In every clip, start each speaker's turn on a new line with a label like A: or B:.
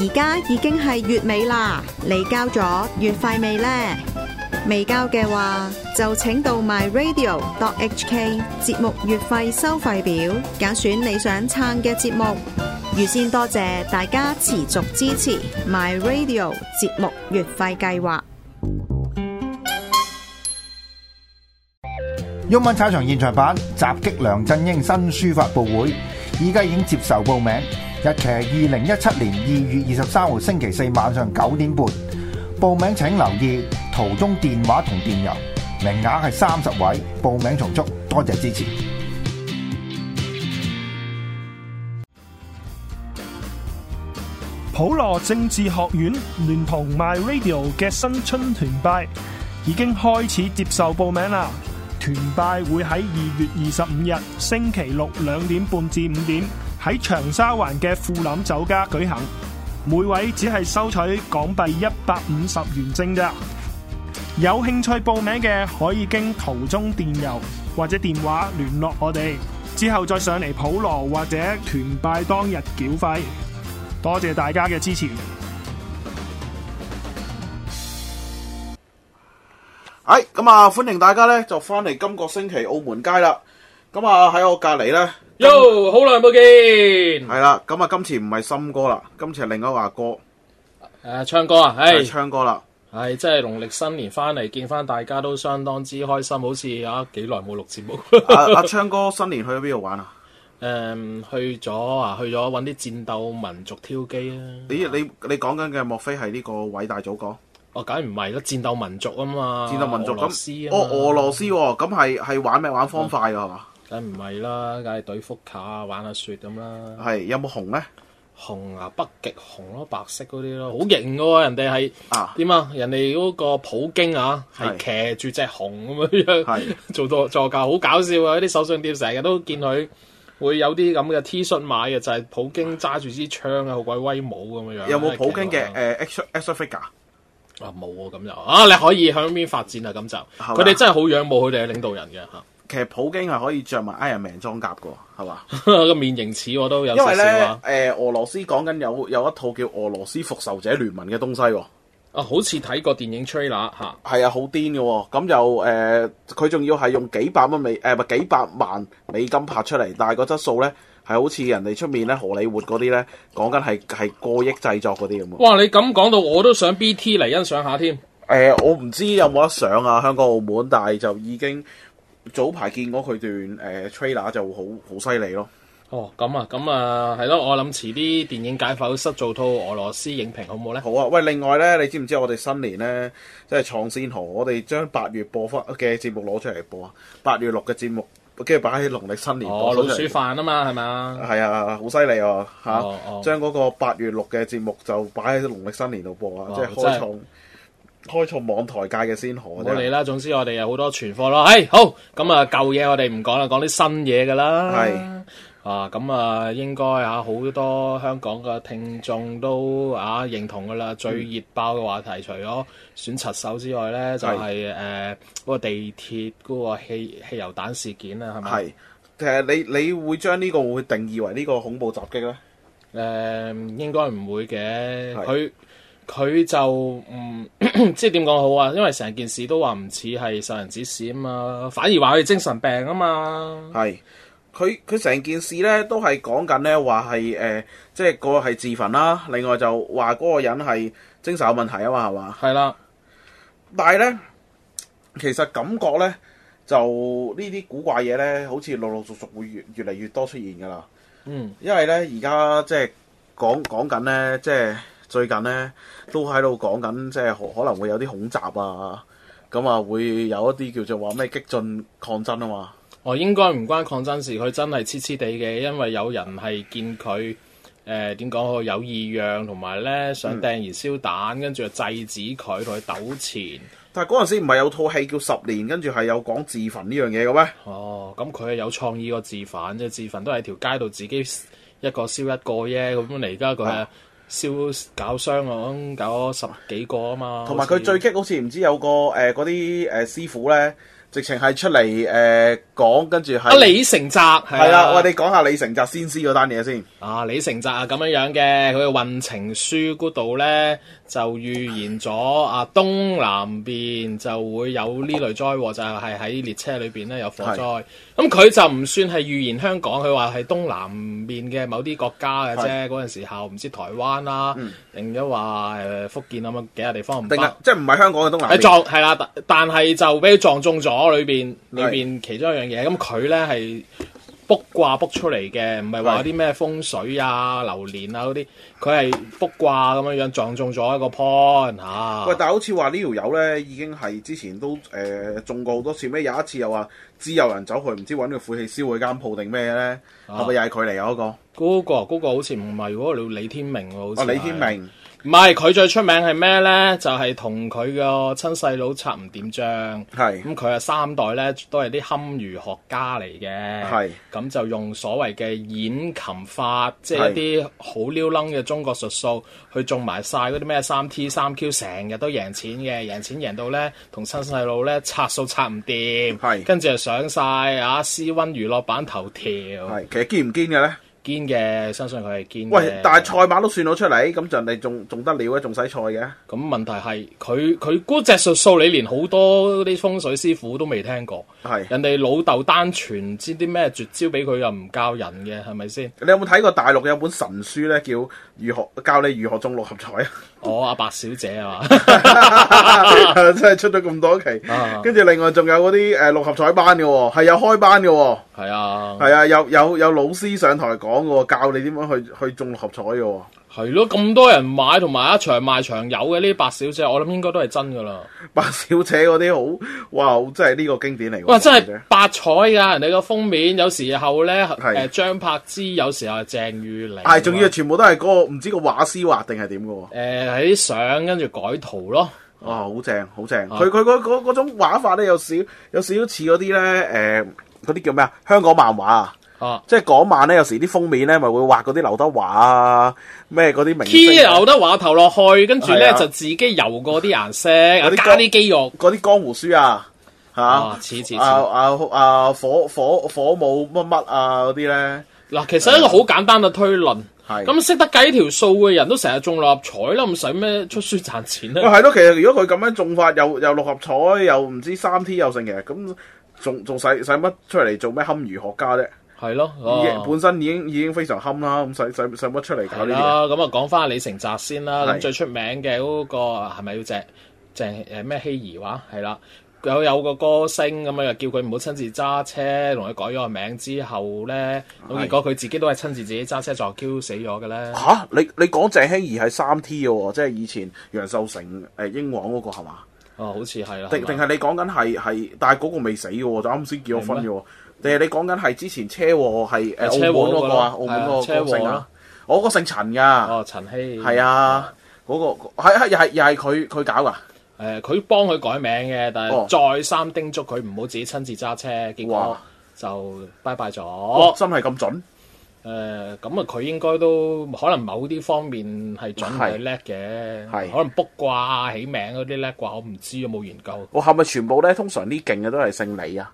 A: 而家已經係月尾啦，你交咗月費未呢？未交嘅話，就請到 myradio.hk 節目月費收費表，揀選你想撐嘅節目。預先多謝大家持續支持 myradio 節目月費計劃。
B: 毓民踩場現場版襲擊梁振英新書發佈會，依家已經接受報名，日期係二零一七年二月二十三號星期四晚上九點半。報名請留意途中電話同電郵，名額係三十位，報名從速，多謝支持。
C: 普羅政治學院聯同 My Radio 嘅新春團拜已經開始接受報名啦。團拜會喺二月二十五日星期六兩點半至五點喺長沙灣嘅富林酒家舉行，每位只係收取港幣一百五十元正咋。有興趣報名嘅可以經途中電郵或者電話聯絡我哋，之後再上嚟普羅或者團拜當日繳費。多謝大家嘅支持。
D: 係咁啊！歡迎大家咧，就翻嚟今個星期澳門街啦。咁啊喺我隔離咧，
E: Yo，好耐冇見。
D: 係啦。咁啊，今次唔係森哥啦，今次係另一個阿哥，
E: 誒，唱歌啊，
D: 係
E: 係
D: 昌哥 啦。
E: 係，即係農曆新年翻嚟見翻大家都相當之開心，好似啊幾耐冇錄 節目。
D: 阿阿昌哥新年去咗邊度玩啊？
E: 誒，去咗啊，去咗揾啲戰鬥民族挑機啊。
D: 你你你講緊嘅莫非係呢個偉大祖國
E: 我哦梗唔係啦，戰鬥民族啊嘛，嗯
D: 戰鬥民族
E: 俄羅斯
D: 咁？
E: 啊，
D: 哦，俄羅斯喎，咁係係玩咩？玩方塊㗎係嘛？
E: 梗唔係啦，梗係對福卡啊，玩下雪咁啦。
D: 係有冇紅咧？
E: 紅啊，北極紅咯，白色嗰啲咯，好型嘅喎，人哋係。
D: 啊，
E: 點啊？人哋嗰個普京啊，係騎住隻熊咁
D: 係
E: 樣樣 做到座駕，好搞笑啊！啲手信店成日都見佢會有啲咁嘅 T 恤買嘅，就係、普京揸住支槍啊，好鬼威武咁樣樣。
D: 有冇普京嘅
E: 騎落
D: 誒 action action figure？
E: 去啊？冇啊，咁就啊，你可以向邊發展啊？咁就
D: 嘛
E: 佢哋真係好仰慕佢哋嘅領導人嘅嚇，
D: 其實普京係可以着埋 Iron Man 裝甲㗎喎，係嘛？
E: 個面型似我都有
D: 因
E: 少
D: 為
E: 少
D: 咧，誒
E: 啊。、
D: 俄羅斯講緊有有一套叫《俄羅斯復仇者聯盟》嘅東西喎，
E: 啊，好似睇過電影 trailer 嚇，
D: 係啊，好癲嘅喎。咁又誒，佢、仲要係用幾百蚊美誒，唔、係幾百萬美金拍出嚟，但係個質素咧係好似人哋出面咧荷里活嗰啲咧講緊係係過億製作嗰啲咁喎。誒、
E: 哇！你咁講到我都想 BT 嚟欣賞下添。
D: 我唔知有冇得上啊，香港澳門，但係就已經早排見過佢段誒 trailer 就好好犀利咯。
E: 哦，咁啊，咁啊，係咯，我諗遲啲電影解剖室做套俄羅斯影評好唔好咧？
D: 好啊，喂，另外咧，你知唔知我哋新年咧，即係創先河，我哋將八月播翻嘅節目攞出嚟播啊，八月六嘅節目，跟住擺喺農曆新年
E: 哦
D: 播，
E: 老
D: 出嚟
E: 鼠飯啊嘛，係嘛？
D: 係啊，好犀利啊！嚇、
E: 哦哦
D: 將嗰個八月六嘅節目就擺喺農曆新年度播啊，
E: 哇
D: 即係
E: 哦真
D: 開
E: 係
D: 創開創網台界嘅先河啊
E: 唔好
D: 啫。
E: 理啦，總之我哋有好多存貨咯。係好，咁啊舊嘢我哋唔講啦，講啲新嘢噶啦。
D: 係
E: 啊，咁啊應該啊好多香港嘅聽眾都啊認同噶啦。最熱爆嘅話題，除咗選柒手之外咧，就係誒嗰個地鐵嗰個汽汽油彈事件啊啦，係咪？
D: 係誒，你你會將呢個會定義為呢個恐怖襲擊咧？
E: 誒、呃應該唔會嘅，
D: 係
E: 佢佢就唔 即係點講好啊？因為成件事都話唔似係受人指使啊嘛，反而話佢精神病啊嘛。
D: 係佢佢成件事咧都係講緊咧話係誒，即係嗰個係自焚啦，另外就話嗰個人係精神有問題啊嘛，係嘛？
E: 係啦，
D: 但係咧，其實感覺咧就呢啲古怪嘢咧，好似陸陸續續會越越嚟越多出現㗎啦。
E: 嗯，
D: 因為咧而家即係講講緊咧，即係最近咧都喺度講緊，即係可可能會有啲恐襲啊，咁啊會有一啲叫做話咩激進抗爭啊嘛。
E: 哦，應該唔關抗爭事，佢真係黐黐地嘅，因為有人係見佢誒點講好有異樣，同埋咧想掟燃燒彈，跟住就制止佢同佢糾纏。
D: 但係嗰陣時唔係有套戲叫《十年》，跟住係有講自焚呢樣嘢嘅咩？
E: 哦，咁佢係有創意過自焚啫，自焚都係條街度自己一個燒一個啫。咁你而家佢係燒搞傷我，咁搞咗十幾個啊嘛。
D: 同埋
E: 好
D: 佢
E: 似
D: 呃最激好似唔知有個誒嗰啲誒師傅咧，直情係出嚟誒講，跟住係
E: 阿啊李成澤
D: 係
E: 係
D: 啦，我哋講下李成澤先師嗰單嘢先。
E: 啊，李成澤啊咁樣樣嘅，佢嘅運程書嗰度咧就預言咗啊東南邊就會有呢類災禍，就係喺列車裏邊咧有火災。咁佢就唔算係預言香港，佢話係東南面嘅某啲國家嘅啫。嗰陣時候唔知台灣啦，定咗話誒福建咁樣幾個地方唔得
D: 定。係即係唔係香港嘅東南
E: 誒
D: 面？
E: 撞係啦，但但係就俾佢撞中咗裏邊裏
D: 係
E: 邊其中一樣嘢，咁佢咧係卜卦卜出嚟嘅，唔係話有啲咩風水啊、流年啊嗰啲，佢係卜卦咁樣樣撞中咗一個 point 嚇、
D: 喂，但係好似話呢條友咧已經係之前都誒、呃中過好多次咩？有一次又話知有人走去唔知揾個晦氣燒佢間鋪定咩咧？係咪又係佢嚟啊？嗰個
E: 嗰個嗰個好似唔係喎，你李天明喎，好似
D: 哦
E: 係
D: 李天明
E: 唔係佢最出名係咩咧？就係同佢個親細佬拆唔掂帳。
D: 係
E: 咁佢啊三代咧都係啲堪輿學家嚟嘅，
D: 係
E: 咁就用所謂嘅演琴法，即係
D: 係
E: 一啲好溜楞嘅中國術數，去中埋晒嗰啲咩三 T 三 Q，成日都贏錢嘅，贏錢贏到咧同親細佬咧拆數拆唔掂，
D: 係
E: 跟住就上晒啊 C 温娛樂版頭條，
D: 係，其實堅唔堅嘅咧？
E: 堅嘅，相信佢係堅嘅。
D: 喂，但係賽馬都算到出嚟，咁就你仲仲得了嘅，仲使賽嘅？
E: 咁問題係佢佢嗰隻術數，你連好多啲風水師傅都未聽過。
D: 係
E: 人哋老豆單傳唔知啲咩絕招俾佢，又唔教人嘅，係咪先？
D: 你有冇睇過大陸有本神書咧，叫如何教你如何中六合彩啊？
E: 我哦阿白小姐啊嘛，
D: 啊真係出咗咁多期
E: 啊，
D: 跟住另外仲有嗰啲誒六合彩班嘅喎，係有開班嘅喎。
E: 係啊，
D: 係啊，有有有老師上台講嘅喎，教你點樣去去中六合彩嘅喎。
E: 係咯，咁多人買同埋一場賣場有嘅呢啲白小姐，我諗應該都係真噶啦。
D: 白小姐嗰啲好，哇！真係呢個經典嚟喎。
E: 哇，真
D: 白小
E: 係
D: 姐
E: 八彩㗎！人哋個封面有時候咧，
D: 係
E: 誒張柏芝，有時候係鄭裕玲，啊
D: 係，仲要全部都係嗰個唔知個畫師畫定係點嘅喎。
E: 誒喺啲相跟住改圖咯。
D: 哇！好正，好正。
E: 啊
D: 佢佢嗰嗰嗰種畫法咧，有少有少少似嗰啲咧誒嗰啲叫咩啊？香港漫畫啊！
E: 啊
D: 即係嗰晚咧，有時啲封面咧，咪會畫嗰啲劉德華啊，咩嗰啲明星
E: ，key
D: 啊
E: 劉德華投落去，跟住
D: 係
E: 咧
D: 啊
E: 就自己油過啲顏色，啊
D: 啲
E: 加啲肌肉。
D: 嗰啲江湖書啊，嚇
E: 啊似似似
D: 啊啊啊火火火舞乜乜啊嗰啲咧，
E: 嗱，其實一個好簡單嘅推論。
D: 係
E: 咁識得計條數嘅人都成日中六合彩啦，唔使咩出書賺錢
D: 喂
E: 啦。
D: 係咯，其實如果佢咁樣中法，又又六合彩，又唔知三 T 又剩嘅，咁仲仲使使乜出嚟做咩堪輿學家啫？
E: 係咯，
D: 已經
E: 哦
D: 本身已經已經非常堪啦，咁使使使乜出嚟搞
E: 係
D: 呢啲嘢？
E: 啦。咁啊，講翻李成澤先啦。
D: 係
E: 咁最出名嘅嗰個係咪要鄭鄭誒咩希兒話係啦。有有個歌星咁啊，又叫佢唔好親自揸車，同佢改咗個名之後咧，咁
D: 係
E: 結果佢自己都係親自自己揸車撞 Q 死咗嘅咧。
D: 吓、你你講鄭希怡係三 T 嘅喎，即係以前楊秀成誒、英皇嗰個係嘛？
E: 哦，好似係啦。
D: 定定係你講緊係係，但係嗰個未死嘅喎，就啱先結咗婚嘅
E: 係
D: 喎。定係你講緊係之前車禍係誒
E: 係
D: 澳
E: 車禍
D: 門嗰個啊，
E: 嗰
D: 澳
E: 個咯
D: 門嗰
E: 係
D: 個歌星
E: 啊車
D: 啊
E: 禍咯，
D: 我嗰個姓陳㗎，
E: 哦，陳希
D: 係。啊，嗰個係係又係又係佢佢搞㗎，
E: 誒，佢幫佢改名嘅，但
D: 哦
E: 係再三叮囑佢唔好自己親自揸車，結果
D: 哇
E: 就拜拜咗。
D: 哦，真係咁準，
E: 誒咁啊，佢應該都可能某啲方面係準
D: 係
E: 佢叻嘅，
D: 係
E: 可能卜卦起名嗰啲叻啩，我唔知有冇研究。誒
D: 我係咪全部咧？通常啲勁嘅都係姓李啊，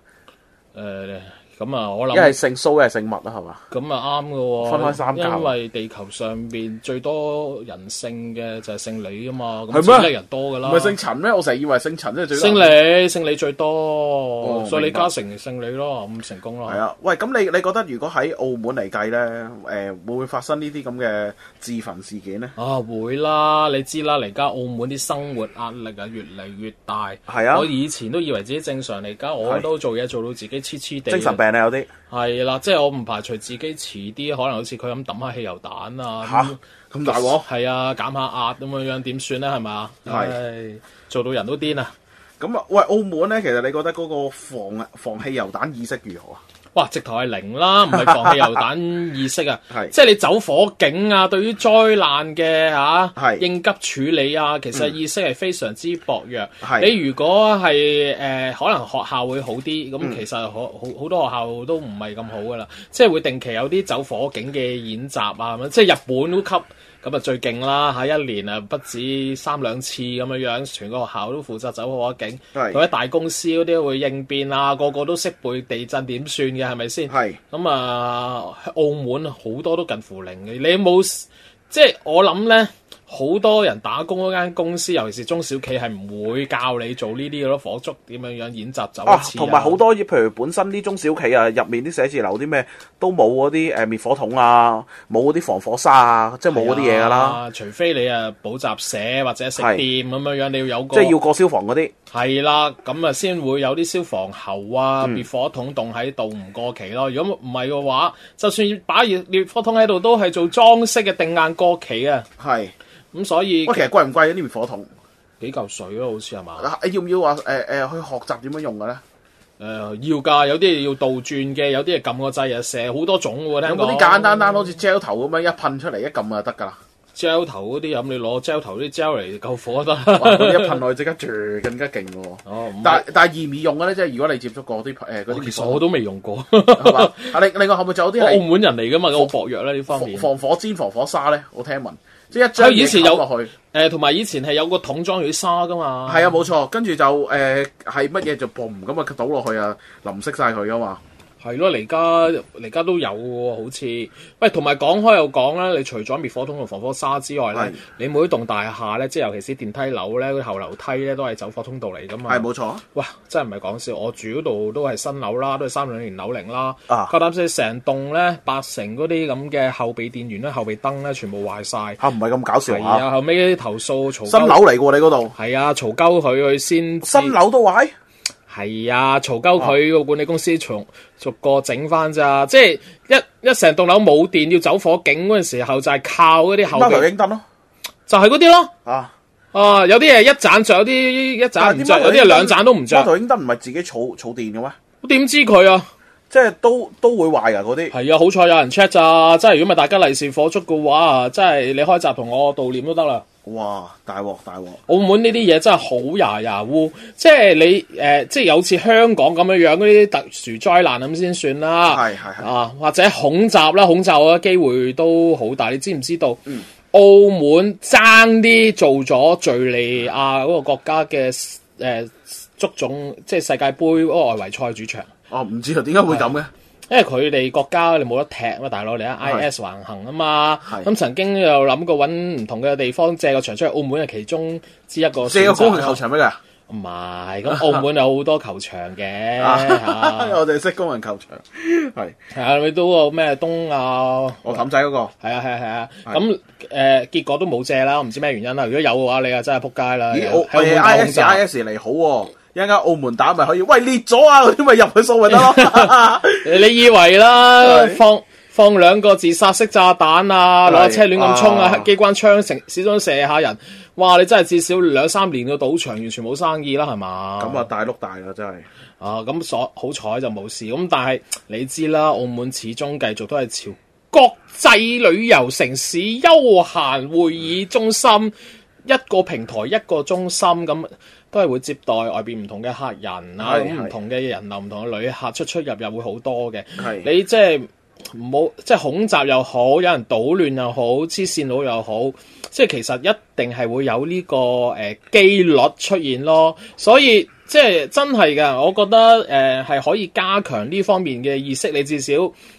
E: 咁啊，我
D: 一係
E: 諗
D: 姓蘇，一係姓麥啊，係嘛？
E: 咁啊啱嘅喎，
D: 分開三甲
E: 因為地球上邊最多人姓嘅就係姓李啊嘛，咁
D: 係咩
E: 姓李人多㗎
D: 唔
E: 啦。
D: 係姓陳咩？我成日以為姓陳即係最多
E: 姓
D: 人
E: 李，姓李最多，所以李
D: 明白
E: 嘉誠姓李咯，咁成功咯。
D: 係啊，喂，咁你你覺得如果喺澳門嚟計咧，誒、會唔會發生呢啲咁嘅自焚事件咧？
E: 啊，會啦，你知啦，而家澳門啲生活壓力啊越嚟越大。
D: 係啊
E: 我以前都以為自己正常嚟，而家我
D: 係
E: 都做嘢做到自己黐黐地。
D: 精神病啊，有啲
E: 係啦，即係我唔排除自己遲啲可能好似佢咁抌下汽油彈啊。
D: 吓
E: 咁
D: 咁大鑊。
E: 係啊，減下壓咁樣樣點算咧？係嘛？
D: 係
E: 唉做到人都癲啊！
D: 咁啊，喂，澳門咧，其實你覺得嗰個防防汽油彈意識如何啊？
E: 哇！直頭係零啦，唔係防汽油彈意識啊
D: 係，
E: 即係你走火警啊，對於災難嘅嚇、啊
D: 係嗯
E: 應急處理啊，其實意識係非常之薄弱。
D: 係
E: 你如果係誒、呃可能學校會好啲，
D: 嗯
E: 咁其實好好好多學校都唔係咁好噶啦，即係會定期有啲走火警嘅演習啊，咁樣即係日本都級。咁啊最勁啦嚇！一年啊不止三兩次咁樣樣，全個學校都負責走火警。
D: 係
E: 嗰啲大公司嗰啲會應變啊，個個都識背地震點算嘅，係咪先？
D: 係
E: 咁啊，澳門好多都近乎零嘅。你有冇即係我諗咧，好多人打工嗰間公司，尤其是中小企，係唔會教你做呢啲嘅咯，火燭點樣樣演習走
D: 啊
E: 一，次
D: 同埋好多譬如本身啲中小企啊，入面啲寫字樓啲咩都冇嗰啲誒滅火筒啊，冇嗰啲防火沙啊，即係冇嗰啲嘢㗎啦，
E: 啊，除非你啊補習社或者食
D: 係
E: 店咁樣樣，你要有個
D: 即係要過消防嗰啲。
E: 係啦，咁啊先會有啲消防喉啊、
D: 嗯
E: 滅火筒凍喺度唔過期咯。如果唔係嘅話，就算擺熱滅火筒喺度，都係做裝飾嘅定硬過期啊。
D: 係，
E: 咁所以
D: 喂，其實貴唔貴啊？呢滅火筒，
E: 幾嚿水咯，好似係嘛？
D: 啊要唔要話誒誒去學習點樣用嘅咧？
E: 誒、要㗎，有啲嘢要倒轉嘅，有啲嘢撳個掣啊，射好多種喎。
D: 有
E: 聽
D: 冇
E: 講
D: 啲簡單單好似 gel 頭咁樣一噴出嚟一撳就得 㗎啦？
E: gel 頭嗰啲咁，你攞 gel 頭啲 gel 嚟救火得。
D: 哇！嗰啲一噴落去即刻住，更加勁嘅喎。
E: 哦，唔
D: 但
E: 係，
D: 但係易唔易用嘅咧？即係如果你接觸過啲誒嗰
E: 我
D: 啲
E: 其
D: 滅
E: 實我
D: 火啊
E: 都未用過，
D: 筒， 係嘛？啊，另另外係咪仲有啲
E: 我澳
D: 係
E: 門人嚟㗎嘛，好薄弱啦呢方面。
D: 防防火氈、防火沙咧？我聽聞，即係一張
E: 啊以前有
D: 嘢落去，
E: 誒，同埋以前係有個桶裝住啲沙㗎嘛。
D: 係啊，冇錯。跟住就誒係乜嘢就嘣咁啊倒落去啊，淋熄晒佢噶嘛。
E: 係咯，嚟家嚟家都有喎，好似喂，同埋講開又講啦，你除咗滅火筒同防火沙之外
D: 係
E: 咧，你每一棟大廈咧，即係尤其是電梯樓咧，佢後樓梯咧都係走火通道嚟噶嘛。
D: 係冇錯，
E: 哇！真係唔係講笑，我住嗰度都係新樓啦，都係三兩年樓齡啦。
D: 啊
E: 夠膽死成棟咧，八成嗰啲咁嘅後備電源咧、後備燈咧，全部壞晒。
D: 嚇唔係咁搞笑
E: 係
D: 嚇。
E: 啊，後尾投訴嘈鳩
D: 新樓嚟嘅喎，你嗰度
E: 係啊，嘈鳩佢佢先知
D: 新樓都哎壞，
E: 係啊，嘈鳩佢個管理公司從逐個整翻咋，即係一一成棟樓冇電要走火警嗰陣時候，就係靠嗰啲後
D: 乜劉
E: 備，
D: 英燈咯
E: 就係嗰啲咯。
D: 啊！
E: 啊，有啲嘢一盞着，有啲一盞唔着，有啲係兩盞都唔
D: 乜
E: 着。
D: 劉英燈唔係自己儲儲電嘅咩？
E: 我點知佢啊？
D: 即係都都會壞㗎嗰啲。
E: 係啊，好彩有人 check 咋，真係如果唔係大家利是火燭嘅話，真係你開閘同我悼念都得啦。
D: 哇！大鑊大鑊！
E: 澳門呢啲嘢真係好牙牙烏，即係你誒、呃即係有似香港咁樣樣嗰啲特殊災難咁先算啦。
D: 係係係
E: 啊，或者恐襲啦，恐襲嘅機會都好大。你知唔知道？
D: 嗯
E: 澳門爭啲做咗敍利亞
D: 嗯
E: 嗰個國家嘅誒、呃足總，即係世界盃嗰個外圍賽主場。
D: 哦，唔知啊，點解會咁嘅？
E: 因為佢哋國家你冇得踢啊嘛，大佬你喺
D: 係
E: IS 橫行啊嘛，
D: 係
E: 咁曾經有諗過揾唔同嘅地方借個場出去，澳門係其中之一個
D: 借
E: 選
D: 個高
E: 擇
D: 球
E: 啦
D: 球場俾佢啊？
E: 唔係， 咁澳門有好多球場嘅
D: 啊！
E: 嚇，
D: 我哋識工人球場，係
E: 係啊，你都有咩東亞
D: 我氹仔嗰個。
E: 係啊係啊係啊，咁誒結果都冇借啦，我唔知咩原因啦。如果有嘅話，你啊真係撲街啦！
D: 咦，澳誒
E: 喺澳門打
D: I
E: 空
D: S
E: 襲
D: I S 嚟好喎，一陣間澳門打咪可以，喂裂咗啊， 嗰啲咪入去數咪得 咯。
E: 你以為啦，
D: 係
E: 放放兩個自殺式炸彈啊，攞
D: 係
E: 車亂咁衝啊
D: 啊，
E: 機關槍成始終射下人，哇！你真係至少兩三年嘅賭場完全冇生意啦，係嘛？
D: 咁啊大碌大啦，真係。
E: 啊，咁所好彩就冇事。咁但係你知啦，澳門始終繼續都係朝國際旅遊城市、休閒會議中心一個平台一個中心咁。都係會接待外邊唔同嘅客人啊，
D: 係
E: 咁
D: 係
E: 唔同嘅人流、唔同嘅旅客出出入入會好多嘅。
D: 係
E: 你即係唔好即係恐襲又好，有人搗亂又好，黐線佬又好，即係其實一定係會有呢、個誒、呃、機率出現咯。所以即係真係嘅，我覺得誒係、可以加強呢方面嘅意識。你至少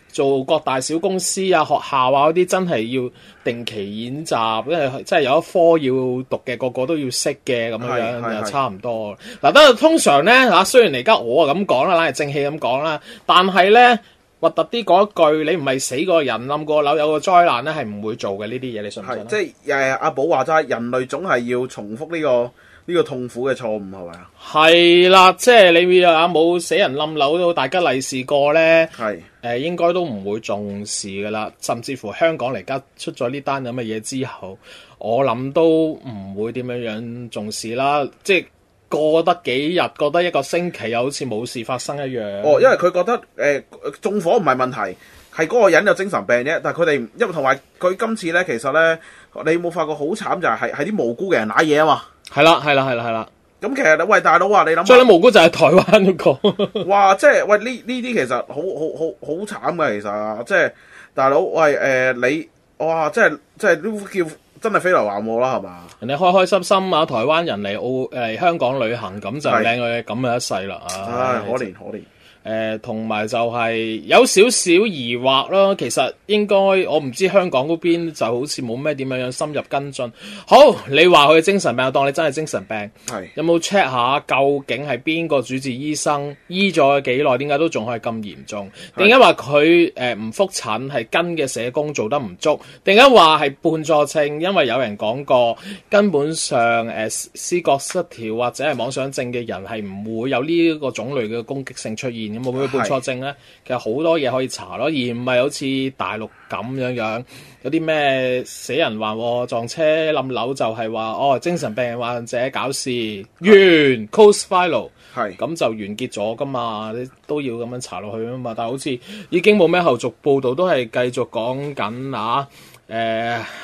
E: 做各大小公司啊、學校啊嗰啲，真係要定期演習，因為真係有一科要讀嘅，個個都要識嘅咁樣
D: 係係
E: 樣就
D: 係
E: 差唔多。嗱，得通常咧嚇，雖然而家我啊咁講啦，懶係正氣咁講啦，但係咧。核突啲講一句，你唔係死過人冧過樓有個災難咧，係唔會做嘅呢啲嘢，你信唔信
D: 係
E: 啊？
D: 即係誒阿寶話齋，人類總係要重複呢個呢個痛苦嘅錯誤係咪啊？
E: 係啦，即係你啊冇死人冧樓都大家利是過咧，
D: 係
E: 誒應該都唔會重視噶啦，甚至乎香港嚟家出咗呢單咁嘅嘢之後，我諗都唔會點樣樣重視啦，即係過得幾日，過得一個星期又好似冇事發生一樣。
D: 哦，因為佢覺得誒縱火唔係問題。係嗰個人有精神病啫，但係佢哋因為同埋佢今次咧，其實咧，你有冇發覺好慘就係係係啲無辜嘅人舐嘢啊嘛。
E: 係啦，係啦，係啦，係啦，
D: 咁其實你喂大佬啊，你諗下
E: 最撚無辜就係台灣嗰、個。
D: 哇！即係喂呢呢啲其實好好好好慘嘅，其實即係大佬喂誒、呃你哇！真係真係都叫真係飛來橫禍啦，係嘛？
E: 人哋開開心心啊，台灣人嚟澳誒香港旅行咁就
D: 係
E: 靚女咁嘅一世啦，唉
D: 唉，可憐可憐。
E: 誒，同埋、就係有少少疑惑啦。其實應該我唔知香港嗰邊就好似冇咩點樣樣深入跟進。好，你話佢精神病，我當你真係精神病，
D: 係
E: 有冇 check 下究竟係邊個主治醫生醫咗幾耐？點解都仲係咁嚴重？點解話佢誒唔復診係跟嘅社工做得唔足？點解話係半助稱？因為有人講過，根本上誒、呃思思覺失調或者係妄想症嘅人係唔會有呢個種類嘅攻擊性出現咁，會唔會半助症呢？其實好多嘢可以查咯，而唔係好似大陸咁樣樣。有啲咩死人還禍撞車冧樓就係話哦精神病患者搞事完 close file
D: 係
E: 咁就完結咗噶嘛，你都要咁樣查落去啊嘛。但係好似已經冇咩後續報導，都係繼續講緊啊誒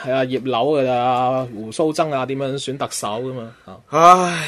E: 係啊葉劉啊胡鬚曾啊點樣選特首噶嘛啊
D: 唉，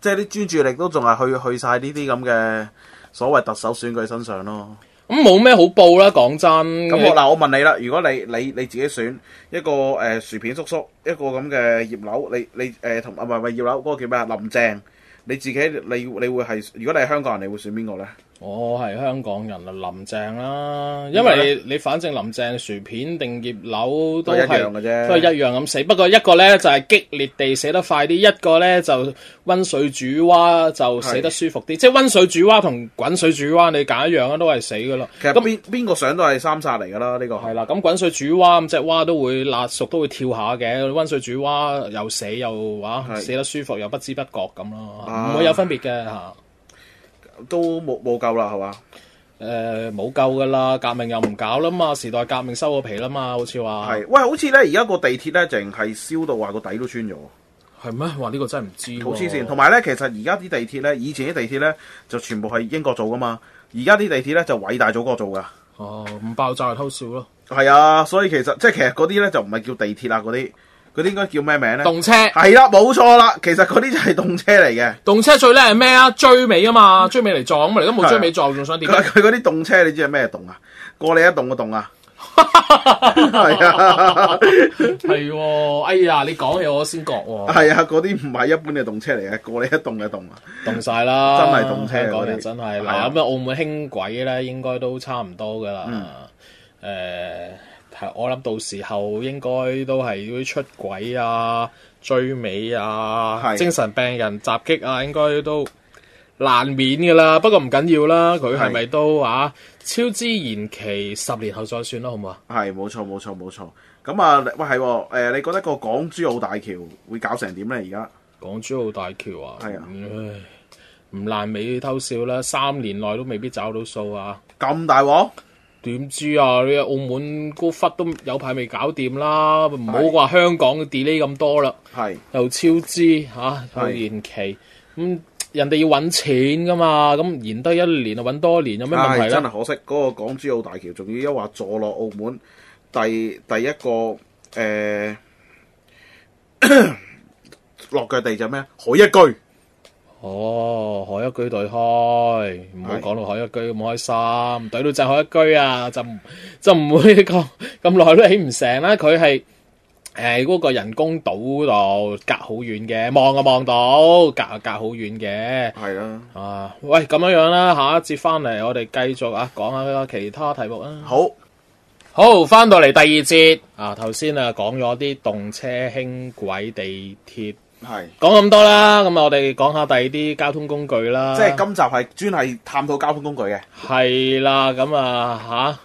D: 即係啲專注力都仲係去去晒呢啲咁嘅所謂特首選舉身上咯。
E: 咁冇咩好報啦，講真。
D: 咁我嗱，我問你啦，如果你你你自己選一個誒、呃薯片叔叔，一個咁嘅葉柳，你你誒同啊唔係唔係葉柳，嗰、個叫咩啊林鄭，你自己你你會係如果你係香港人，你會選邊個咧？
E: 我係香港人啊，林鄭啦，因
D: 點解
E: 為你你反正林鄭薯片定葉柳都
D: 都係
E: 係
D: 一樣嘅啫
E: 都係一樣咁死。不過一個呢就係、激烈地死得快啲，一個呢就温水煮蛙就死得舒服啲。即係温水煮蛙同滾水煮蛙，你揀一樣啊，都係死噶啦。
D: 其實
E: 咁
D: 邊邊個上都係三殺嚟㗎啦，呢、個
E: 係啦，咁滾水煮蛙咁只蛙都會辣熟，都會跳下嘅。温水煮蛙又死又哇，
D: 係
E: 死得舒服又不知不覺咁咯，
D: 啊
E: 唔會有分別嘅嚇。
D: 都冇冇救啦，係嘛？
E: 誒呃冇夠噶啦，革命又唔搞啦嘛，時代革命收咗皮啦嘛，好似話
D: 係喂，好似咧而家個地鐵咧，淨係燒到話個底都穿咗。
E: 係咩？哇！呢、個真係唔知喎
D: 好黐線。同埋咧，其實而家啲地鐵咧，以前啲地鐵咧就全部係英國做噶嘛，而家啲地鐵咧就偉大祖國做噶。
E: 哦，唔爆炸就偷笑咯，
D: 係啊，所以其實即係其實嗰啲咧就唔係叫地鐵啊啦，嗰啲嗰啲應該叫咩名咧？
E: 動車
D: 係啦，冇錯啦，其實嗰啲就係動車嚟嘅。
E: 動車最叻係咩啊？追尾啊嘛，追尾嚟撞咁嘛，而家
D: 係
E: 冇
D: 啊
E: 追尾撞，仲想 點
D: 佢
E: 啊？
D: 佢嗰啲動車，你知係咩動啊？過你一動個動 啊！係啊，
E: 係喎，哎呀，你講起我先覺喎，
D: 係啊，嗰啲唔係一般嘅動車嚟嘅，過你一動嘅動啊！
E: 凍晒啦，
D: 真係動車啊
E: 香港
D: 嗰
E: 人
D: 啲
E: 真係
D: 係啊
E: 嗱咁啊，澳門輕軌咧應該都差唔多噶啦，誒、
D: 嗯
E: 係我諗到時候應該都係嗰啲出軌啊、追尾啊、
D: 係
E: 精神病人襲擊啊，應該都難免噶啦。不過唔緊要啦，佢係咪都啊超支延期十年後再算啦，好唔好啊？
D: 係冇錯冇錯冇錯。咁啊，喂係喎，誒你覺得個港珠澳大橋會搞成點咧？而家
E: 港珠澳大橋啊，
D: 係啊
E: 唉唔爛尾偷笑啦，三年內都未必找到數啊！
D: 咁大鑊？
E: 點知啊？你澳門高忽都有排未搞掂啦，唔好話香港 delay 咁多啦，
D: 係
E: 又超支嚇、啊又
D: 係
E: 延期，咁、人哋要揾錢噶嘛，咁延得一年就揾多一年，有咩問
D: 唉
E: 題
D: 真係
E: 咧？
D: 可惜，嗰、個港珠澳大橋仲要一話坐落澳門第第一個誒、呃落腳地就咩？海一居
E: 哦，海一居對開，唔好講到海一居咁開心，對到就海一居啊，就唔就唔會 咁咁耐都起唔成啦。佢係誒嗰個人工島度隔好遠嘅，望啊望到，隔啊隔好遠嘅。
D: 係啦。
E: 啊，喂，咁樣樣啦，下一節翻嚟，我哋繼續啊，講下其他題目啊。
D: 好
E: 好，翻到嚟第二節啊，頭先啊講咗啲動車、輕軌、地鐵，
D: 係，
E: 講咁多啦，咁啊我哋講下第二啲交通工具啦。
D: 即係今集係專係探討交通工具嘅。
E: 係啦，咁啊吓。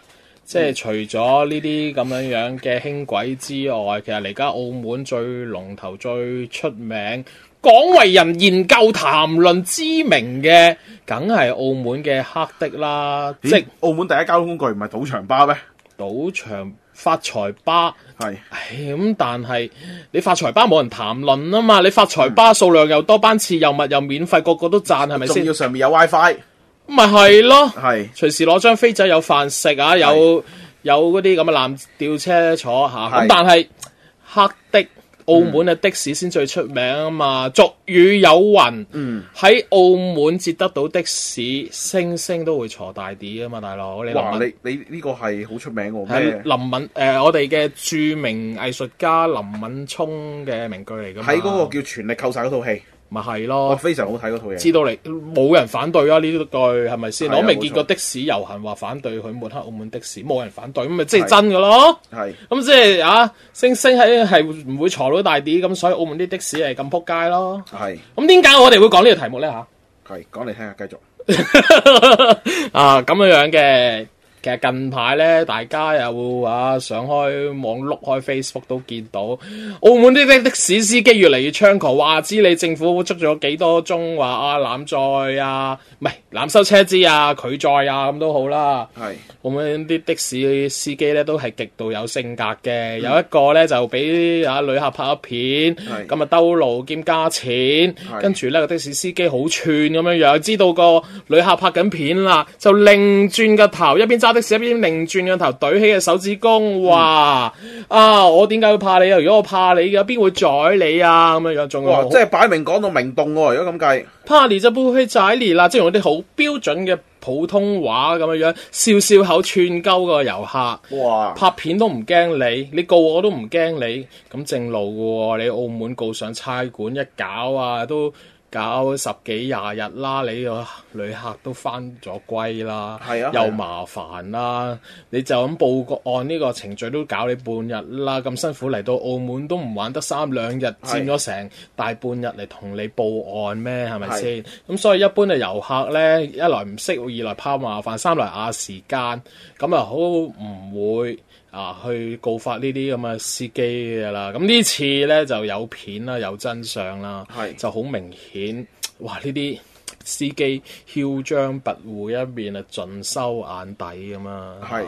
E: 即係除咗呢啲咁樣樣嘅輕軌之外，其實嚟家澳門最龍頭、最出名、廣為人研究、談論知名嘅，梗係澳門嘅黑的啦，即
D: 咦，澳門第一交通工具唔係賭場巴咩？
E: 賭場發財巴，
D: 係
E: 唉咁，但係你發財巴冇人談論啊嘛，你發財巴數量又多，班次又密又免費，個個都賺係咪
D: 仲
E: 先
D: 要？上面有 WiFi，
E: 咪係咯，
D: 係
E: 隨時攞張飛仔有飯食啊，有有嗰啲咁嘅纜吊車坐下，
D: 係嗯
E: 咁但係黑的。澳門嘅的士先最出名啊嘛。俗語有云，
D: 嗯
E: 喺、澳門截得到的士，星星都會坐大啲啊嘛，大佬你諗
D: 哇！
E: 下
D: 你你呢個係啊好出名喎，
E: 係啊
D: 咩？
E: 林敏誒、我哋嘅著名藝術家林敏聰嘅名句嚟㗎嘛，
D: 喺嗰個叫《全力扣殺》嗰套戲，
E: 咪係
D: 哇！
E: 咯。
D: 非常好睇嗰套
E: 哦
D: 嘢。
E: 知道你冇人反對啊！呢句係咪先？
D: 係啊
E: 我未
D: 冇錯
E: 見過的士遊行話反對佢抹黑澳門的士，冇人反對，咁咪即係真㗎咯。
D: 係
E: 咁即係啊，星星喺係唔會坐到大啲，咁所以澳門啲的士係咁撲街咯。
D: 係
E: 咁點解我哋會講呢個題目咧吓？
D: 係，講嚟聽下，繼續。
E: 啊，咁樣樣嘅。其實近排咧，大家又會話上開網碌開 Facebook 都見到，澳門啲的的士司機越嚟越猖狂，話知你政府捉咗幾多宗話啊濫載啊，唔係濫收車資啊、拒載啊咁都好啦。
D: 係
E: 澳門啲的士司機咧都係極度有性格嘅，
D: 嗯
E: 有一個咧就俾啊旅客拍咗片，
D: 係
E: 咁啊兜路兼加錢，跟住咧個的士司機好串咁樣樣，知道個旅客拍緊片啦，就擰轉個頭，一邊揸的士一邊擰轉個頭，懟起個手指
D: 嗯
E: 公，話啊我點解會怕你啊？如果我怕你嘅，邊會宰你啊？咁樣樣仲
D: 哇！
E: 好
D: 即係擺明講到明洞喎，如果咁計，
E: 怕你就不去宰你啦，即係用啲好標準嘅普通話咁樣樣，笑笑口串鳩個遊客。
D: 哇！
E: 拍片都唔驚你，你告我都唔驚你，咁正路嘅喎。你澳門告上差館一搞啊，都搞十幾廿日啦，你個旅客都翻咗歸啦，
D: 係啊係啊
E: 又麻煩啦。你就咁報個案呢個程序都搞你半日啦，咁辛苦嚟到澳門都唔玩得三兩日，佔咗成大半日嚟同你報案咩？係咪先？咁所以一般嘅遊客呢，一來唔識，二來怕麻煩，三來壓時間，咁啊好唔會啊去告發呢啲咁嘅司機噶啦。咁呢次呢，就有片啦，有真相啦
D: 係，
E: 就好明顯。哇！呢啲司機囂張跋扈一面啊，盡收眼底咁啊。
D: 係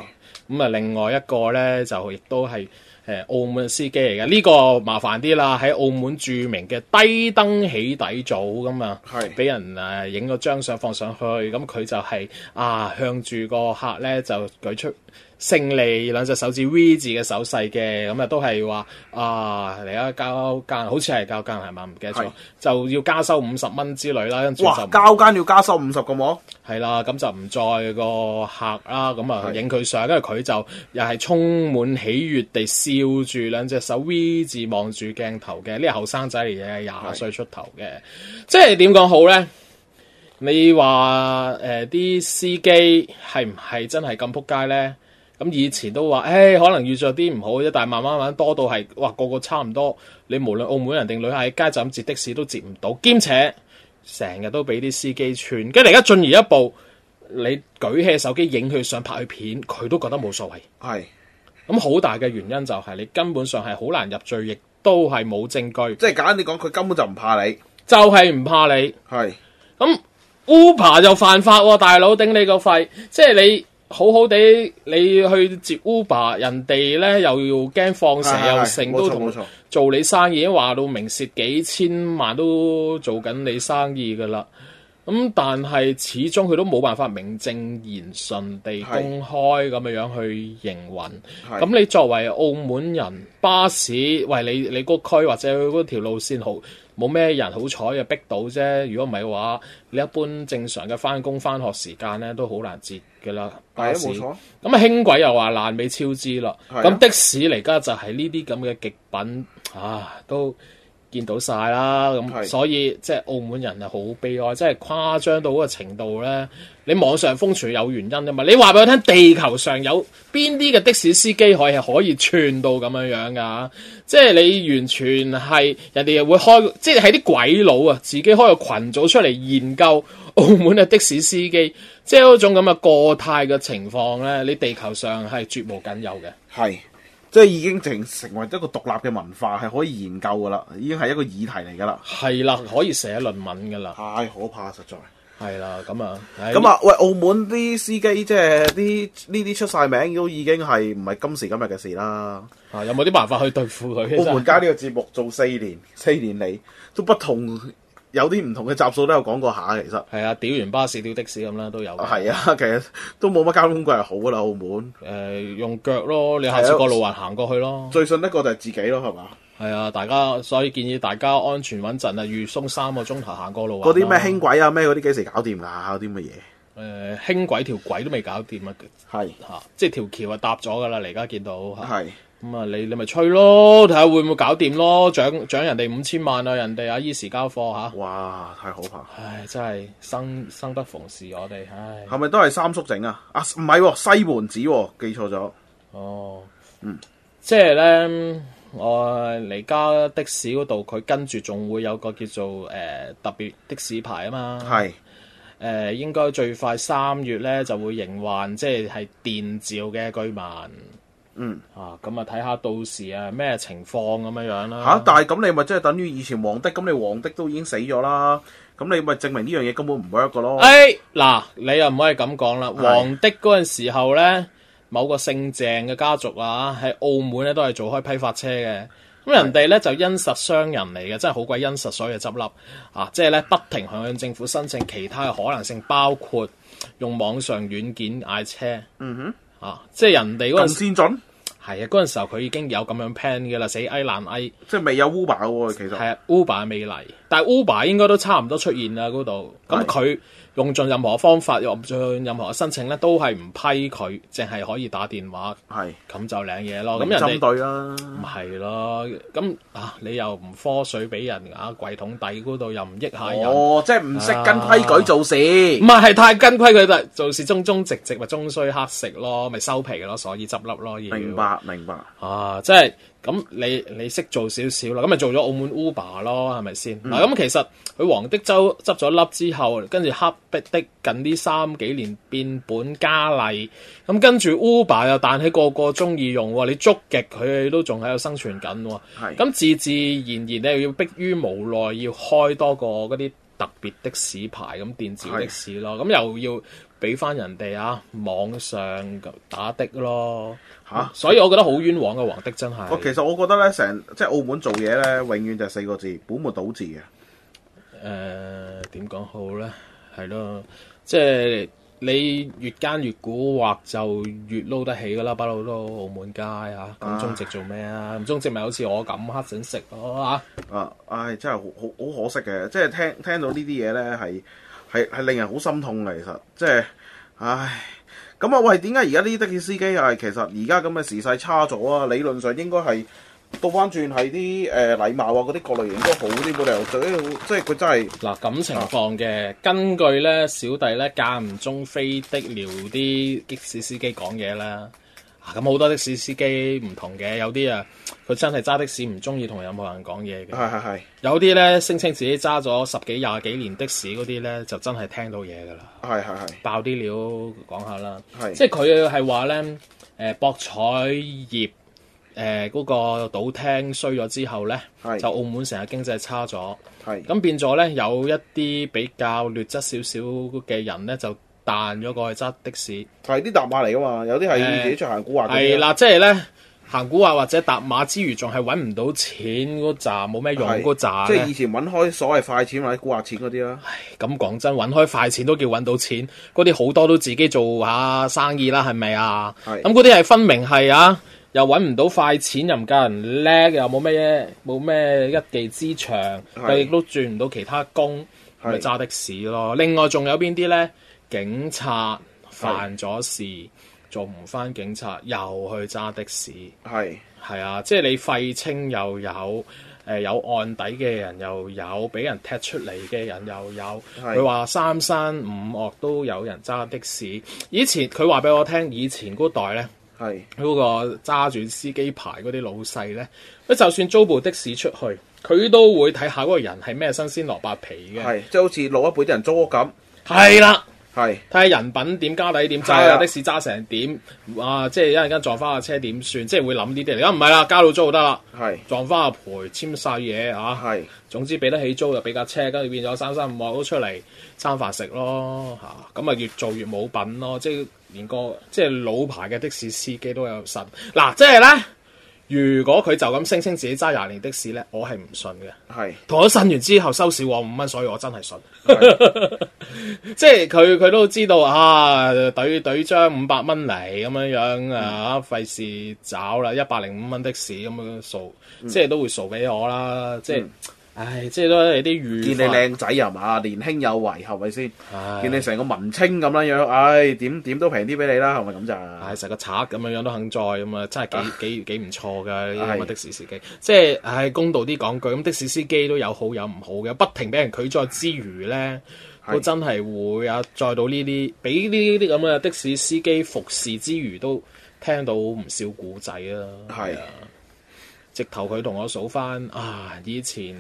E: 咁啊，另外一個咧就亦都係誒澳門嘅司機嚟嘅，呢、個麻煩啲啦，喺澳門著名嘅低登起底組咁啊，
D: 係
E: 俾人誒影咗張相放上去，咁佢就係、啊向住個客咧就舉出。勝利兩隻手指 V 字嘅手勢嘅，咁啊都係話啊嚟啊交間，好似係交間係嘛？唔記得咗
D: 係，
E: 就要加收五十蚊之類啦，跟住就
D: 哇！
E: 唔
D: 交間要加收五十個喎，
E: 係啦，咁就唔再個客啦，咁啊
D: 係
E: 影佢相，跟住佢就又係充滿喜悅地笑住兩隻手 V 字望住鏡頭嘅，呢個後生仔嚟嘅，廿歲出頭嘅，即係點講好呢？你話誒啲司機係唔係真係咁撲街呢？咁以前都話，誒、可能遇着啲唔好啫，但係慢慢慢慢多到係，哇，個個差唔多。你無論澳門人定旅客喺街站截的士都截唔到，兼且成日都俾啲司機串。跟住而家進而一步，你舉起手機影佢相拍佢片，佢都覺得冇所謂。
D: 係
E: 咁好大嘅原因就係你根本上係好難入罪，亦都係冇證據，
D: 即係簡單啲講，佢根本就唔怕你，
E: 就係、唔怕你。
D: 係
E: 咁 Uber 就犯法喎、大佬頂你個肺！即係你好好地，你去接 Uber，人哋咧又要驚放蛇
D: 係係
E: 又
D: 係
E: 成，
D: 冇
E: 都
D: 錯
E: 同
D: 冇錯
E: 做你生意，已經話到明蝕幾千萬都做緊你生意噶啦。咁但係始終佢都冇辦法名正言順地
D: 係
E: 公開咁樣樣去營運。
D: 係
E: 咁你作為澳門人，巴士喂你你個區或者嗰條路線好冇咩人好彩啊逼到啫。如果唔係嘅話，你一般正常嘅翻工翻學時間咧都好難截㗎啦。
D: 係
E: 巴
D: 啊
E: 士
D: 冇錯。
E: 咁啊，輕軌又話爛尾超支啦。
D: 係啊
E: 咁的士嚟家就係呢啲咁嘅極品啊，都見到晒啦。咁
D: 係
E: 所以即係澳門人啊，好悲哀，即係誇張到嗰個程度咧。你網上瘋傳有原因啊嘛，你話俾我聽，地球上有邊啲嘅的士司機可以係可以串到咁樣樣㗎？即係你完全係 人哋又會開，即係喺啲鬼佬啊，自己開個群組出嚟研究澳門嘅的士司機，即係嗰種咁嘅過態嘅情況咧，你地球上係絕無僅有嘅。
D: 係，即係已經成成為一個獨立嘅文化，係可以研究噶啦，已經係一個議題嚟噶啦，
E: 係啦，可以寫論文㗎啦，
D: 太可怕實在。
E: 係啦，咁啊，唉
D: 咁，啊，喂，澳門啲司機即係啲呢啲出晒名，都已經係唔係今時今日嘅事啦。
E: 啊有冇啲辦法去對付佢？
D: 澳門街呢個節目做四年，四年嚟都不同，有啲唔同嘅集數都有講過下，其實。
E: 係啊，屌完巴士、屌的士咁啦，都有嘅。
D: 係啊，其實都冇乜交通工具係好噶啦，澳門
E: 誒、用腳咯，你下次過路環行過去咯，
D: 最信得過就係自己咯，係嘛？
E: 係啊，大家所以建議大家安全穩陣啊，預鬆三個鐘頭行過路環
D: 嗰
E: 啦
D: 啲咩輕軌啊咩嗰啲幾時搞掂啦？嗰啲乜嘢？
E: 誒輕軌條軌都未搞掂啊！
D: 係
E: 嚇，即係條橋啊搭咗噶啦，你而家見到嚇。
D: 係
E: 咁啊，你你咪吹咯，睇下會唔會搞掂咯，獎獎人哋五千萬啊，人哋啊依時交貨嚇、
D: 哇，太可怕！
E: 唉，真係生生不逢時，我哋唉，
D: 係咪都係三叔整啊？啊，唔係喎，西門子喎、記錯咗。
E: 哦，嗯，即係咧，我嚟家的士嗰度，佢跟住仲會有個叫做誒、呃特別的士牌啊嘛，誒、
D: 係
E: 呃、應該最快三月咧就會營運，即係係電召嘅居民。
D: 嗯，
E: 啊，咁啊睇下到時啊咩情況咁樣樣啦。
D: 嚇、但係咁你咪即係等於以前黃的，咁你黃的都已經死咗啦，咁你咪證明呢樣嘢根本唔 work 噶咯。
E: 诶，哎嗱、你又唔可以咁講啦。
D: 係
E: 黃的嗰陣時候咧，某個姓鄭嘅家族啊，喺澳門咧都係做開批發車嘅。咁人哋咧就因實商人嚟嘅，真係好鬼因實，所以就執笠啊！即係咧不停向政府申請其他嘅可能性，包括用網上軟件嗌車。嗯哼，啊，即係人哋嗰
D: 咁
E: 陣時
D: 先進，
E: 係啊，嗰陣時候佢已經有咁樣 plan 嘅啦，死埃爛哎埃。
D: 即係未有 Uber 喎，其實。
E: 係啊，Uber 未嚟，但係 Uber 應該都差唔多出現啦嗰度。
D: 係
E: 咁佢用盡任何方法，用盡任何申請咧，都係唔批佢，淨係可以打電話，
D: 係
E: 咁就領嘢咯。
D: 咁
E: 哦咁人
D: 針
E: 哋
D: 對啦，
E: 唔係咯，咁啊你又唔科水俾人啊，櫃桶底嗰度又唔益下人。
D: 哦，即係唔識跟規矩做事，
E: 唔係係太跟規矩啦，做事忠忠直直咪終須乞食咯，咪收皮咯，所以執笠咯要。
D: 明白明白，
E: 啊，即係咁你你識做少少啦，咁咪做咗澳門 Uber 咯，係咪先？嗱、咁其實佢黃的州執咗粒之後，跟住黑碧的近呢三幾年變本加厲，咁跟住 Uber 又彈起個個中意用喎，你捉極佢都仲喺度生存緊喎。
D: 係
E: 咁自自然然你又要迫於無奈要開多個嗰啲特別的士牌咁電召的士咯，咁又要俾翻人哋啊網上打的咯。
D: 嚇
E: 所以我覺得好冤枉嘅黃的真係。
D: 我哦其實我覺得咧，成即係澳門做嘢咧，永遠就係四個字，本末倒置嘅。
E: 誒點講好咧？係咯，即係你越奸越蠱惑就越撈得起噶啦，不嬲都澳門街嚇。咁中植做咩啊？咁中植咪好似我咁黑整食咯
D: 啊，唉，真係好好好可惜嘅，即係聽聽到呢啲嘢咧，係係係令人好心痛嘅，其實即係，唉，咁啊喂，點解而家呢啲的士司機係其實而家咁嘅時勢差咗啊？理論上應該係倒翻轉係啲誒禮貌啊嗰啲各類型都好啲，冇理由最即係佢真係
E: 嗱咁情況嘅，根據咧小弟咧間唔中飛的撩啲的士司機講嘢啦。啊咁好多的士司機唔同嘅，有啲啊佢真係揸的士唔中意同任何人講嘢嘅。
D: 係係係
E: 有啲咧聲稱自己揸咗十幾廿幾年的士嗰啲咧，就真係聽到嘢噶啦，
D: 係係係
E: 爆啲料講下啦。
D: 係
E: 即係佢係話咧，誒、博彩業誒嗰、個賭廳衰咗之後咧
D: 係，
E: 就澳門成日經濟差咗，
D: 係
E: 咁變咗咧有一啲比較劣質少少嘅人咧就彈咗過去揸的士。
D: 係啲搭馬嚟噶嘛，有啲係
E: 誒
D: 自己出行古惑嗰
E: 係
D: 啲啊，
E: 啦，即係咧行古惑或者搭馬之餘，仲係揾唔到錢嗰扎，冇咩用
D: 係
E: 嗰扎
D: 即
E: 咧
D: 係以前揾開所謂快錢或者古惑錢嗰啲啦，
E: 咁講真，揾開快錢都叫揾到錢，嗰啲好多都自己做下生意啦，係咪啊？
D: 係
E: 咁嗰啲係分明係啊，又揾唔到快錢，又唔夠人叻，又冇咩冇咩一技之長，
D: 係
E: 佢亦都轉唔到其他工，
D: 係
E: 咪揸的士咯。另外仲有邊啲呢？警察犯咗事，做唔翻警察，又去揸的士。
D: 係
E: 係啊，即係你廢青又有，誒、有案底嘅人又有，俾人踢出嚟嘅人又有。
D: 係
E: 佢話三山五岳都有人揸的士。以前佢話俾我聽，以前嗰代咧，
D: 係
E: 嗰、個揸住司機牌嗰啲老細咧，佢就算租部的士出去，佢都會睇下嗰個人係咩新鮮蘿蔔皮嘅。
D: 係，即係好似老一輩啲人租屋咁，
E: 係啦。
D: 係。
E: 睇下人品點、家底點、揸
D: 係啊
E: 架的士揸成點，啊！即係一陣間撞翻架車點算，即係會諗呢啲嚟。而家啊唔係啦，交到租就得啦。
D: 係
E: 撞翻阿賠簽晒嘢嚇，
D: 係
E: 總之俾得起租就俾架車，跟住變咗三三五啊五都出嚟餐飯食咯嚇，咁啊越做越冇品咯，即係連個即係老牌嘅的士司機都有神嗱，即係咧，如果佢就咁聲稱自己揸廿年的士咧，我係唔信 嘅。
D: 係
E: 同我呻完之後收市旺五蚊，所以我真係信。 即係佢佢都知道啊，懟懟張五百蚊嚟咁樣樣啊，
D: 嗯
E: 費事找啦，一百零五蚊的士咁樣數，
D: 嗯
E: 即係都會數俾我啦。即係，唉，即係都係啲
D: 見
E: 預
D: 你靚仔又嘛，年輕有為係咪先？
E: 唉
D: 見你成個文青咁樣樣，唉，點點都平啲俾你啦，係咪咁咋？
E: 唉，成個賊咁樣樣都肯載咁啊，真係幾幾幾唔錯噶呢啲咁
D: 係
E: 嘅的士司機。即係唉公道啲講句，咁的士司機都有好有唔好嘅，不停俾人拒載之餘咧，
D: 係
E: 都真係會啊載到呢啲，俾呢啲咁嘅的士司機服侍之餘，都聽到唔少古仔啊。
D: 係
E: 直頭佢同我數翻啊，以前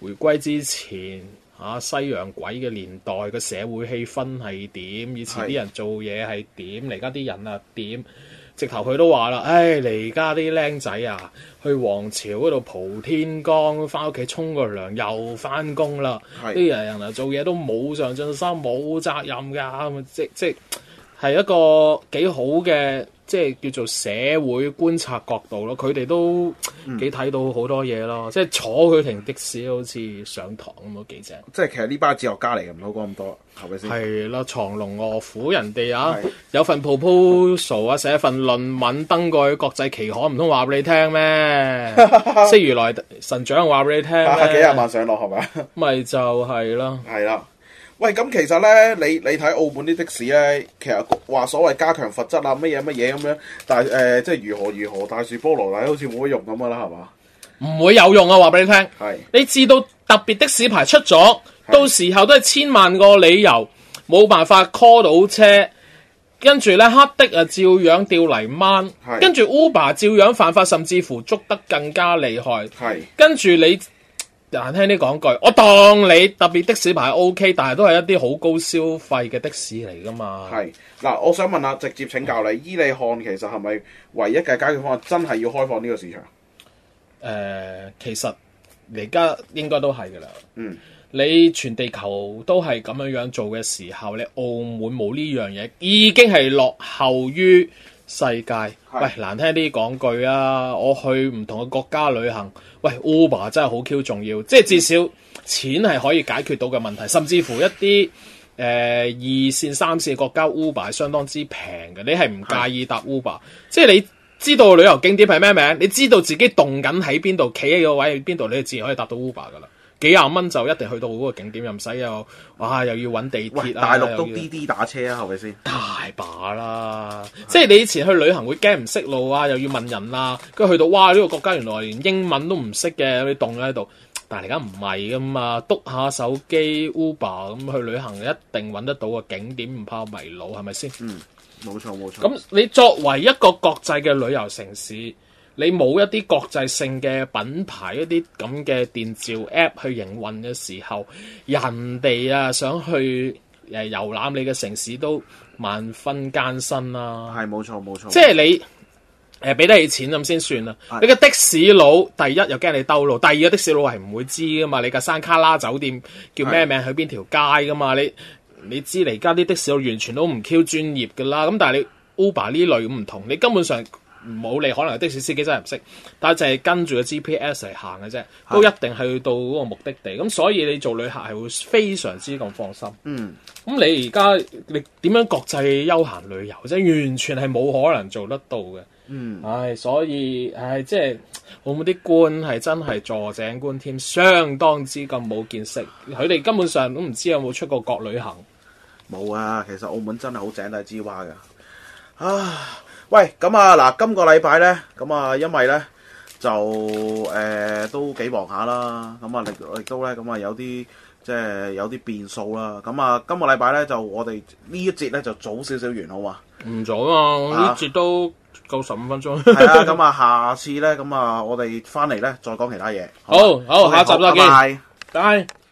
E: 回歸之前啊，西洋鬼嘅年代個社會氣氛係點？以前
D: 係
E: 啲人做嘢係點？嚟家啲人啊點？直頭佢都話啦，唉，嚟家啲僆仔啊，去皇朝嗰度蒲天光，翻屋企沖個涼又翻工啦。
D: 係
E: 啲人人啊做嘢都冇上進心，冇責任㗎，咁啊即即係一個幾好嘅，即係叫做社會觀察角度咯。佢哋都幾睇到好多嘢咯，即係坐佢停的士好似上堂咁啊咯，幾正。
D: 即係其實呢班哲學家嚟嘅，唔好講咁多，係咪先？
E: 係啦，藏龍卧虎，人哋啊
D: 嗯係
E: 有份 proposal 啊，寫份論文登過去國際期刊，唔通話俾你 聽咩？悉如來神掌話俾你聽
D: 啊，幾廿
E: 咩？
D: 萬上落係咪啊？
E: 咪就係啦。
D: 係啦。喂，咁其實咧，你你睇澳門啲的士咧，其實話所謂加強罰則啊，乜嘢乜嘢咁樣，但係誒、呃即係如何如何大樹菠蘿奶好似冇乜用咁噶啦，係嘛？
E: 唔會有用啊！話俾你聽，
D: 係
E: 你至到特別的士牌出咗，到時候都係千萬個理由，冇辦法 call 到車，跟住咧黑的啊照樣吊泥掹
D: 係，
E: 跟住 Uber 照樣犯法，甚至乎捉得更加厲害。
D: 係
E: 跟住你難聽啲講句，我當你特別的士牌 OK，但係都係一啲好高消費嘅的士嚟噶嘛。
D: 係。嗱，我想問下，直接請教你，伊利漢其實係咪唯一嘅解決方案？真係要開放呢個市場？
E: 誒、其實你而家應該都係噶啦。
D: 嗯，
E: 你全地球都係咁樣樣做嘅時候，你澳門冇呢樣嘢，已經係落後於世界。喂，難聽啲講句啊，我去唔同嘅國家旅行，喂 Uber 真係好 Q 重要，即係至少錢係可以解決到嘅問題，甚至乎一啲。誒、呃二線、三線嘅國家 Uber 係相當之平嘅，你係唔介意搭 Uber，即係你知道旅遊景點係咩名，你知道自己動緊喺邊度，企喺個位喺邊度，你就自然可以搭到 Uber 噶啦。幾廿蚊就一定去到嗰個景點，又唔使又哇又要揾地
D: 喂，
E: 鐵啊，
D: 大陸都
E: 又要
D: 滴滴打車啊，係咪先？
E: 大把啦，即係你以前去旅行會驚唔識路啊，又要問人啊，跟住去到哇呢、個國家原來連英文都唔識嘅，你凍咗喺度。但係而家唔係噶嘛，篤下手機 Uber 咁去旅行一定揾得到個景點，唔怕迷路係咪先？
D: 冇錯冇錯。
E: 咁你作為一個國際嘅旅遊城市，你冇一啲國際性嘅品牌一啲咁嘅電召 App 去營運嘅時候，人哋啊想去誒遊覽你嘅城市都萬分艱辛啦、
D: 係冇錯冇錯。
E: 即係你誒俾得起錢咁先算啦。你個的士佬第一又驚你兜路，第二個的士佬係唔會知噶嘛。你個山卡拉酒店叫咩名，去邊條街噶嘛？你你知嚟而家啲的士佬完全都唔 Q 專業噶啦。咁但係你 Uber 呢類唔同，你根本上冇你可能的士司機真係唔識，但係就係跟住個 GPS 嚟行嘅啫，都一定去到嗰個目的地。咁所以你做旅客係會非常之咁放心。
D: 嗯
E: 咁你而家你點樣國際休閒旅遊啫？完全係冇可能做得到嘅。
D: 嗯，
E: 唉，所以唉，即係澳門啲官係真係坐井觀天，相當之咁冇見識。佢哋根本上都唔知有冇出過國旅行。
D: 冇啊，其實澳門真係好井底之蛙噶。啊，喂，咁啊嗱，今個禮拜咧，咁啊，因為咧就誒、呃都幾忙下啦，咁啊，亦亦都咧，咁啊有啲即係有啲變數啦。咁啊，今個禮拜咧就我哋呢一節咧就早少少完好嘛。
E: 唔早啊！我呢
D: 啊
E: 節都夠十五分 鐘。
D: 係啊，咁啊，下次咧，咁啊，我哋翻嚟咧再講其他嘢。
E: 好好，下一集再見，
D: 拜拜。
E: 拜。